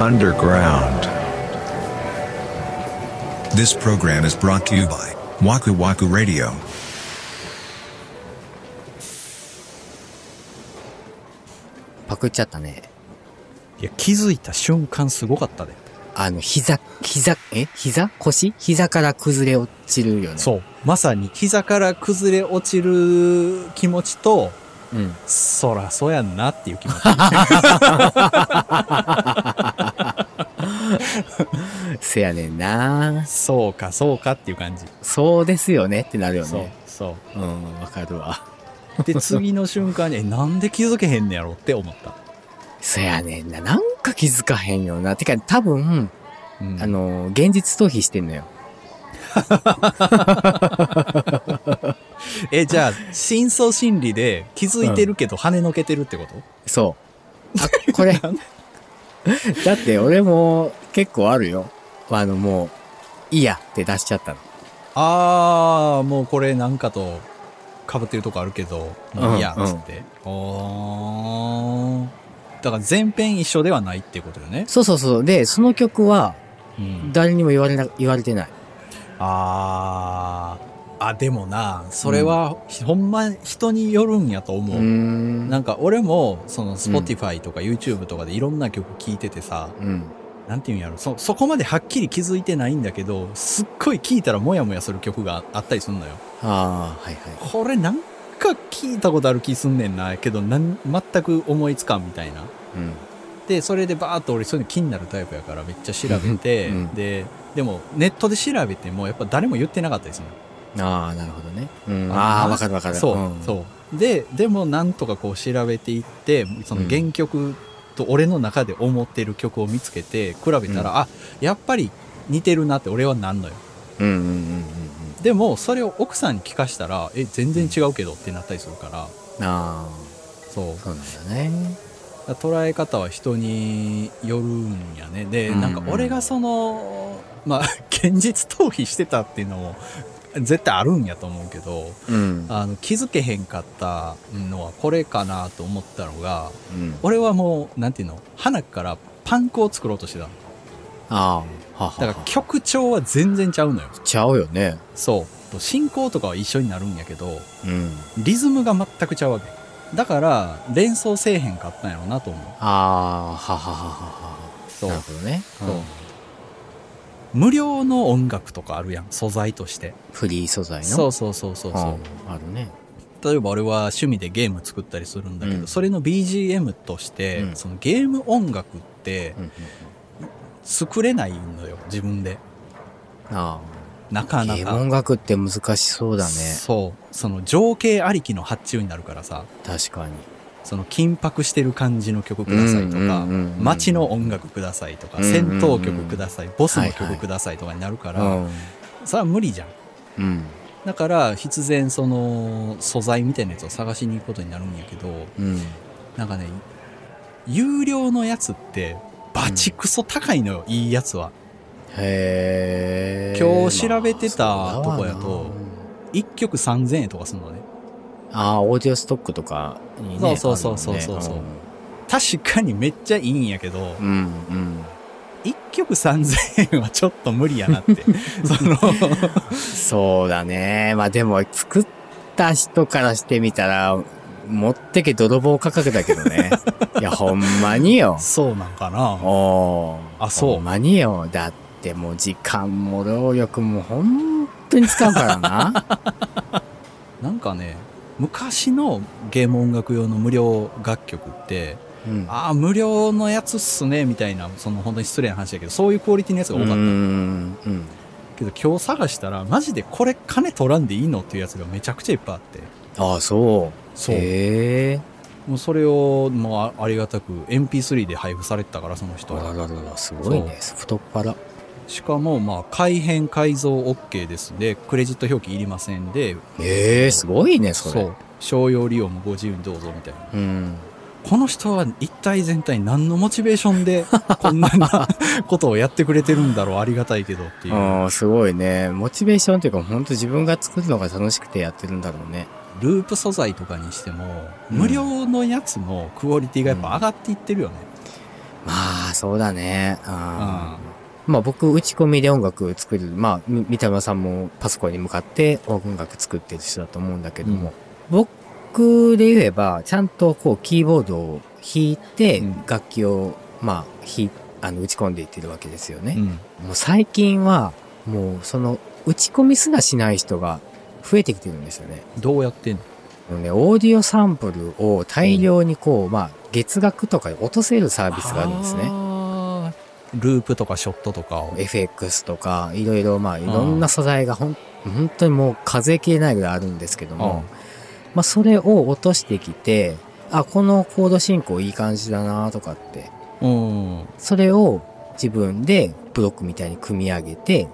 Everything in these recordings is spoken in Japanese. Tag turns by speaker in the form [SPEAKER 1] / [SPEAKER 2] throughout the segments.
[SPEAKER 1] Underground.
[SPEAKER 2] This program is brought to you by Waku Waku Radio.
[SPEAKER 3] パクっちゃったね。
[SPEAKER 4] いや、気づいた瞬間すごかったで。
[SPEAKER 3] あの、膝、膝、え膝腰膝から崩れ落ちるよね。
[SPEAKER 4] そう。まさに膝から崩れ落ちる気持ちと、
[SPEAKER 3] う。うん。
[SPEAKER 4] そらそやんなっていう気持ち。
[SPEAKER 3] せやねんな
[SPEAKER 4] そうか、そうかっていう感じ。
[SPEAKER 3] そうですよねってなるよ
[SPEAKER 4] そう
[SPEAKER 3] ね。、
[SPEAKER 4] そ
[SPEAKER 3] うん、わかるわ。
[SPEAKER 4] う。で、次の瞬間に、えなんで気づけへんねやろって思った。
[SPEAKER 3] せやねんな。なんか気づかへんよな。てか、多分、
[SPEAKER 4] うん
[SPEAKER 3] あの、現実逃避してんのよ。
[SPEAKER 4] え、じゃあ、深層心理で気づいてるけど跳ねのけてるってこと、
[SPEAKER 3] そう。あ、これ。 だって俺も結構あるよ。あの、もう、いいやって出しちゃったの。
[SPEAKER 4] あー、もうこれなんかと被ってるとこあるけど、もういいや、
[SPEAKER 3] うん
[SPEAKER 4] つって。おー。だから前編一緒ではないっていうことよね。
[SPEAKER 3] そうそうそう。で、その曲は
[SPEAKER 4] うん。
[SPEAKER 3] 誰にも言われな、言われてない。
[SPEAKER 4] あー。あ、でもな、それは、ほんま人によるんやと思
[SPEAKER 3] う
[SPEAKER 4] う。
[SPEAKER 3] ーん。
[SPEAKER 4] なんか俺も、その Spotify とか YouTube とかでいろんな曲聴いててさ、
[SPEAKER 3] うん。
[SPEAKER 4] なんていうんやろそ、そこまではっきり気づいてないんだけど、すっごい聴いたらモヤモヤする曲があったりすんのよ。
[SPEAKER 3] ああ、はいはい。
[SPEAKER 4] これなんか聞いたことある気すんねんな、けどなん全く思いつかんみたいな。
[SPEAKER 3] うん。
[SPEAKER 4] で、それでバーっと俺そういうの気になるタイプやからめっちゃ調べて、
[SPEAKER 3] うんうん
[SPEAKER 4] で、でもネットで調べてもやっぱ誰も言ってなかったですもん。
[SPEAKER 3] ああ、なるほどね。うん、
[SPEAKER 4] の
[SPEAKER 3] ああ、わかるわかる。
[SPEAKER 4] そう、
[SPEAKER 3] ん
[SPEAKER 4] そう。で、でもなんとかこう調べていって、その
[SPEAKER 3] うん
[SPEAKER 4] 原曲と俺の中で思ってる曲を見つけて、比べたら、あ、やっぱり似てるなって俺はなんのよ。
[SPEAKER 3] うんうんうんうん
[SPEAKER 4] でも、それを奥さんに聞かしたら、え、全然違うけどってなったりするから、
[SPEAKER 3] うん。あ
[SPEAKER 4] そう
[SPEAKER 3] あ、。そうなんだね。
[SPEAKER 4] だから捉え方は人によるんやねで、
[SPEAKER 3] うん
[SPEAKER 4] なんか俺がそのまあ 現実逃避してたっていうのも絶対あるんやと思うけど
[SPEAKER 3] うん。
[SPEAKER 4] あの気づけへんかったのはこれかなと思ったのが
[SPEAKER 3] うん、
[SPEAKER 4] 俺はもうなんていうの花からパンクを作ろうとしてたの
[SPEAKER 3] ああ、ははは
[SPEAKER 4] だから曲調は全然ちゃうのよ
[SPEAKER 3] ちゃうよね。
[SPEAKER 4] そう進行とかは一緒になるんやけど
[SPEAKER 3] うん。
[SPEAKER 4] リズムが全くちゃうわけだから連想せえへんかったんやろうなと思う
[SPEAKER 3] ああ、ははははは
[SPEAKER 4] そう
[SPEAKER 3] なるほどね。
[SPEAKER 4] そう
[SPEAKER 3] うん
[SPEAKER 4] 無料の音楽とかあるやん素材として
[SPEAKER 3] フリー素材の。
[SPEAKER 4] そううそうそうそうそ
[SPEAKER 3] そううん。あるね。
[SPEAKER 4] 例えば俺は趣味でゲーム作ったりするんだけど、
[SPEAKER 3] うん
[SPEAKER 4] それの BGM として、
[SPEAKER 3] うん
[SPEAKER 4] そのゲーム音楽って
[SPEAKER 3] うんうんうん
[SPEAKER 4] 作れないのよ自分で
[SPEAKER 3] あ
[SPEAKER 4] な
[SPEAKER 3] あ。
[SPEAKER 4] かな
[SPEAKER 3] ゲーム
[SPEAKER 4] か
[SPEAKER 3] 音楽って難しそうだね。
[SPEAKER 4] そうその情景ありきの発注になるからさ
[SPEAKER 3] 確かに。
[SPEAKER 4] その緊迫してる感じの曲くださいとか
[SPEAKER 3] うんうんうんうん
[SPEAKER 4] 街の音楽くださいとか、
[SPEAKER 3] うんうんうん
[SPEAKER 4] 戦闘曲くださいボスの
[SPEAKER 3] はいは
[SPEAKER 4] 曲
[SPEAKER 3] い
[SPEAKER 4] くださいとかになるから、
[SPEAKER 3] うん。
[SPEAKER 4] それは無理じゃん
[SPEAKER 3] うん。
[SPEAKER 4] だから必然その素材みたいなやつを探しに行くことになるんやけど
[SPEAKER 3] うん。
[SPEAKER 4] なんかね有料のやつってバチクソ高いのよ、いいやつは
[SPEAKER 3] へえ。
[SPEAKER 4] 今日調べてた
[SPEAKER 3] まあそうだわな
[SPEAKER 4] とこ1曲3000円とかするのね
[SPEAKER 3] ああ、オーディオストックとかにね。
[SPEAKER 4] そうそうそうそうそうそう
[SPEAKER 3] ある
[SPEAKER 4] 確かにめっちゃいいんやけど
[SPEAKER 3] もんねうん、うん、
[SPEAKER 4] 1曲3000円はちょっと無理や なってその
[SPEAKER 3] そうだね。まあでも、作った人からしてみたら、持ってけ泥棒価格だけど ね。いや、ほんまによ。
[SPEAKER 4] そうなんかな
[SPEAKER 3] おー
[SPEAKER 4] あそう
[SPEAKER 3] ほんまによ。だってもう時間も労力もほんとに使うから な。
[SPEAKER 4] なんかね昔のゲーム音楽用の無料楽曲って
[SPEAKER 3] うん。
[SPEAKER 4] ああ無料のやつっすねみたいなその本当に失礼な話やけどそういうクオリティのやつが多かった
[SPEAKER 3] うーん。うん。
[SPEAKER 4] けど今日探したらマジでこれ金取らんでいいのっていうやつがめちゃくちゃいっぱいあって
[SPEAKER 3] ああ、そう。
[SPEAKER 4] そう
[SPEAKER 3] へえ。
[SPEAKER 4] もうそれをもうあありがたく MP3 で配布されてたからその人
[SPEAKER 3] あら
[SPEAKER 4] は
[SPEAKER 3] ららら、すごいね。太っ腹。
[SPEAKER 4] しかもまあ改変改造 OK ですでクレジット表記いりませんで
[SPEAKER 3] ええすごいね、それ。
[SPEAKER 4] う商用利用もご自由にどうぞみたいな
[SPEAKER 3] うん。
[SPEAKER 4] この人は一体全体何のモチベーショ ンでこんななことをやってくれてるんだろうありがたいけどっていう
[SPEAKER 3] ああ、すごいね。モチベーションっていうか、本当自分が作るのが楽しくてやってるんだろうね。
[SPEAKER 4] ループ素材とかにしても
[SPEAKER 3] うん
[SPEAKER 4] 無料のやつのクオリティがやっぱ上がっていってるよね、
[SPEAKER 3] まあ、あ、そうだね。あ
[SPEAKER 4] う
[SPEAKER 3] ーまあ僕、打ち込みで音楽作る。まあ、み三田村さんもパソコンに向かって音楽作ってる人だと思うんだけども、僕で言えば、ちゃんとこう、キーボードを弾いて
[SPEAKER 4] うん、
[SPEAKER 3] 楽器を、まあ、弾いあの打ち込んでいってるわけですよね。
[SPEAKER 4] んうん
[SPEAKER 3] もう最近は、もうその、打ち込みすらしない人が増えてきてるんですよね。
[SPEAKER 4] どうやってんの
[SPEAKER 3] あのね、オーディオサンプルを大量にこう、まあ、月額とかで落とせるサービスがあるんですね。
[SPEAKER 4] ねループとかショットとかを
[SPEAKER 3] FX とか、いろいろ、まあ、いろんな素材がほん、本当にもう数えきれないぐらいあるんですけども、まあ、それを落としてきて、あ、このコード進行いい感じだなとかって、
[SPEAKER 4] うんうん
[SPEAKER 3] それを自分でブロックみたいに組み上げて、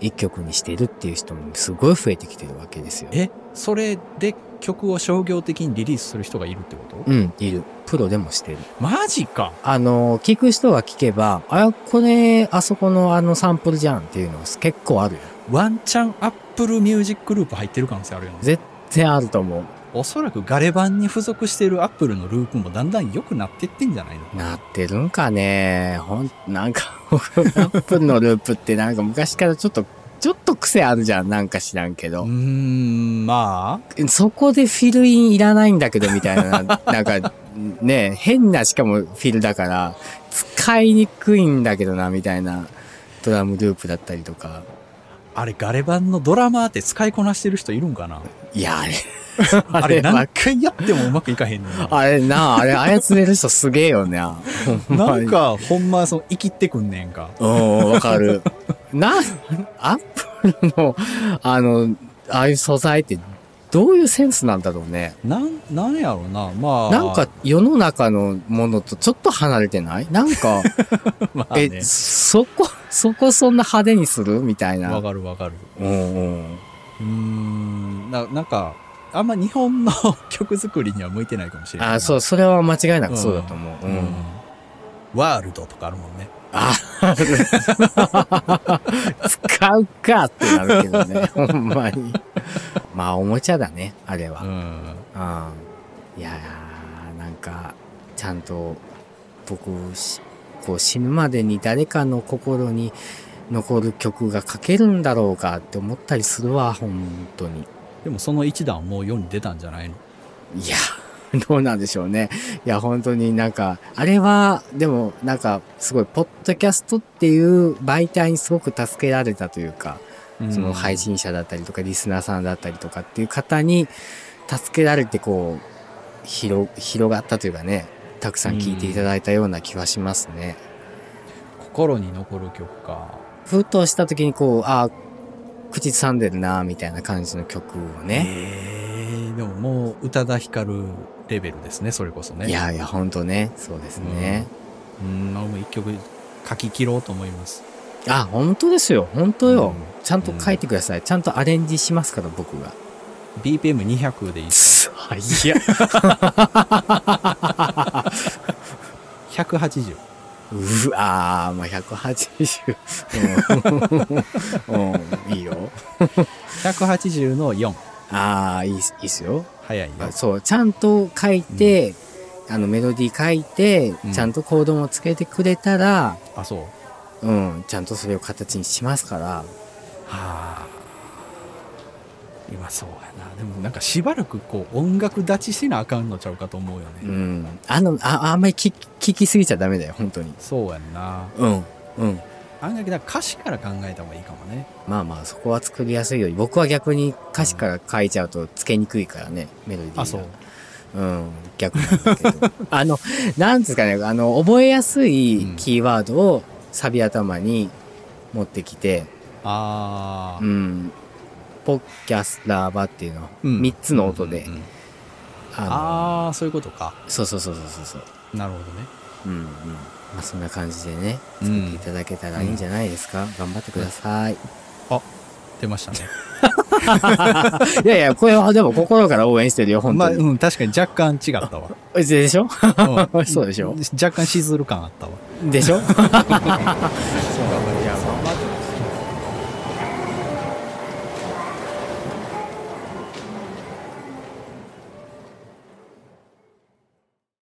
[SPEAKER 3] 一曲にしてるっていう人もすごい増えてきてるわけですよ。
[SPEAKER 4] えそれで曲を商業的にリリースする人がいるってこと、
[SPEAKER 3] うん、いる。プロでもしてる。
[SPEAKER 4] マジか
[SPEAKER 3] あの、聞く人が聞けば、あ、これ、あそこのあのサンプルじゃんっていうのが結構あるよ。
[SPEAKER 4] ワンチャンアップルミュージックループ入ってる可能性あるよね
[SPEAKER 3] 絶対あると思
[SPEAKER 4] おそらくガレ版に付属しているアップルのループもだんだん良くなってってんじゃないの
[SPEAKER 3] う。なってるんかねほん、なんか、 アップルのループってなんか昔からちょっと、ちょっと癖あるじゃん。なんか知らんけ
[SPEAKER 4] う
[SPEAKER 3] ど
[SPEAKER 4] ー。んまあ
[SPEAKER 3] そこでフィルインいらないんだけどみたい な、なんか、ね変な、しかもフィルだから、使いにくいんだけどな、みたいな、ドラムループだったりとか。
[SPEAKER 4] あれガレ版のドラマーって使いこなしてる人いるんかない
[SPEAKER 3] や、あれ、
[SPEAKER 4] あ
[SPEAKER 3] あ
[SPEAKER 4] れ
[SPEAKER 3] れは
[SPEAKER 4] 何回やってもうまくいかへんねんな
[SPEAKER 3] あれなあ、あれ操れる人すげえよな。ほま
[SPEAKER 4] な
[SPEAKER 3] に
[SPEAKER 4] ん。かほんまその生きってくんねんか
[SPEAKER 3] うん、わかる。な、アップルの、あの、ああいう素材って、どういうセンスなんだろうね。
[SPEAKER 4] なんなんやろなまあ
[SPEAKER 3] なんか世の中のものとちょっと離れてないなんか、
[SPEAKER 4] ま あね
[SPEAKER 3] え、そこ、そこそんな派手にするみたいな。
[SPEAKER 4] わ
[SPEAKER 3] うん
[SPEAKER 4] かるわかる
[SPEAKER 3] うん。
[SPEAKER 4] うーんななんかあんま日本の 曲作りには向いてないかもしれないな
[SPEAKER 3] あ、そう、それは間違いなくそうだと思う。
[SPEAKER 4] う、
[SPEAKER 3] うんん。
[SPEAKER 4] ワールドとかあるもんね
[SPEAKER 3] あ、 使うかってなるけどね、ほんまに。まあ、おもちゃだね、あれ
[SPEAKER 4] う
[SPEAKER 3] は。
[SPEAKER 4] ん
[SPEAKER 3] うん。いやー、なんか、ちゃんと、僕、しこう死ぬまでに誰かの心に残る曲が書けるんだろうかって思ったりするわ、本当に。
[SPEAKER 4] でもその一段はもう世に出たんじゃないの
[SPEAKER 3] いや、どうなんでしょうね。いや、本当になんか、あれは、でもなんか、すごい、ポッドキャストっていう媒体にすごく助けられたというか、その配信者だったりとか、リスナーさんだったりとかっていう方に助けられて、こう、広、広がったというかね、たくさん聞いていただいたような気はしますね。
[SPEAKER 4] 心に残る曲か
[SPEAKER 3] ふとした時にこう、ああ、口ずさんでるな、みたいな感じの曲をね。
[SPEAKER 4] えーでももう宇多田ヒカルレベルですねそれこそね
[SPEAKER 3] いやいや、本当ね、そうですね。
[SPEAKER 4] うん俺も一曲書き切ろうと思います
[SPEAKER 3] あ、本当ですよ。本当よ。
[SPEAKER 4] うん
[SPEAKER 3] ちゃんと書いてください。ちゃんとアレンジしますから、僕が。
[SPEAKER 4] BPM200 でいいです
[SPEAKER 3] はい や。
[SPEAKER 4] 180
[SPEAKER 3] うわー、まあ、180。うん、うんいいよ。
[SPEAKER 4] 180の4
[SPEAKER 3] あー、いいっすいいっすよ。
[SPEAKER 4] 早いよ
[SPEAKER 3] あそう、ちゃんと書いて、あの、メロディー書いて
[SPEAKER 4] うん、
[SPEAKER 3] ちゃんとコードもつけてくれたら、
[SPEAKER 4] あそう
[SPEAKER 3] うん、ちゃんとそれを形にしますから。
[SPEAKER 4] はあ今そうやなでもなんかしばらくこう音楽立ちしなあかんのちゃうかと思うよね、
[SPEAKER 3] うん。あの、あ、あんまり聞き聞きすぎちゃダメだよ、本当に。
[SPEAKER 4] そうやんな
[SPEAKER 3] うん、うん。
[SPEAKER 4] 案外だから歌詞から考えた方がいいかもね
[SPEAKER 3] まあまあそこは作りやすいより僕は逆に歌詞から書いちゃうとつけにくいからねメロディーが
[SPEAKER 4] あそう
[SPEAKER 3] うん逆なんだけ どあのなんですかねあの覚えやすいキーワードをサビ頭に持ってきて
[SPEAKER 4] あ
[SPEAKER 3] う
[SPEAKER 4] あ、
[SPEAKER 3] んポッキャスラーバっていうの、
[SPEAKER 4] うん
[SPEAKER 3] 3つの音で、
[SPEAKER 4] うんうんうん
[SPEAKER 3] あ
[SPEAKER 4] ああそういうことか
[SPEAKER 3] のそうそうそうそうそうそう
[SPEAKER 4] なるほどね
[SPEAKER 3] うんうんまあそんな感じでね
[SPEAKER 4] うん
[SPEAKER 3] 作っていただけたらいいんじゃないですか、頑張ってください
[SPEAKER 4] 出ましたね
[SPEAKER 3] いやいやこれはでも心から応援してるよ 本
[SPEAKER 4] まあ
[SPEAKER 3] 当に、
[SPEAKER 4] うん確かに若干違ったわ、
[SPEAKER 3] でしょ
[SPEAKER 4] う ん
[SPEAKER 3] そうでしょ
[SPEAKER 4] 若干しずる感あったわ
[SPEAKER 3] でしょ
[SPEAKER 4] そう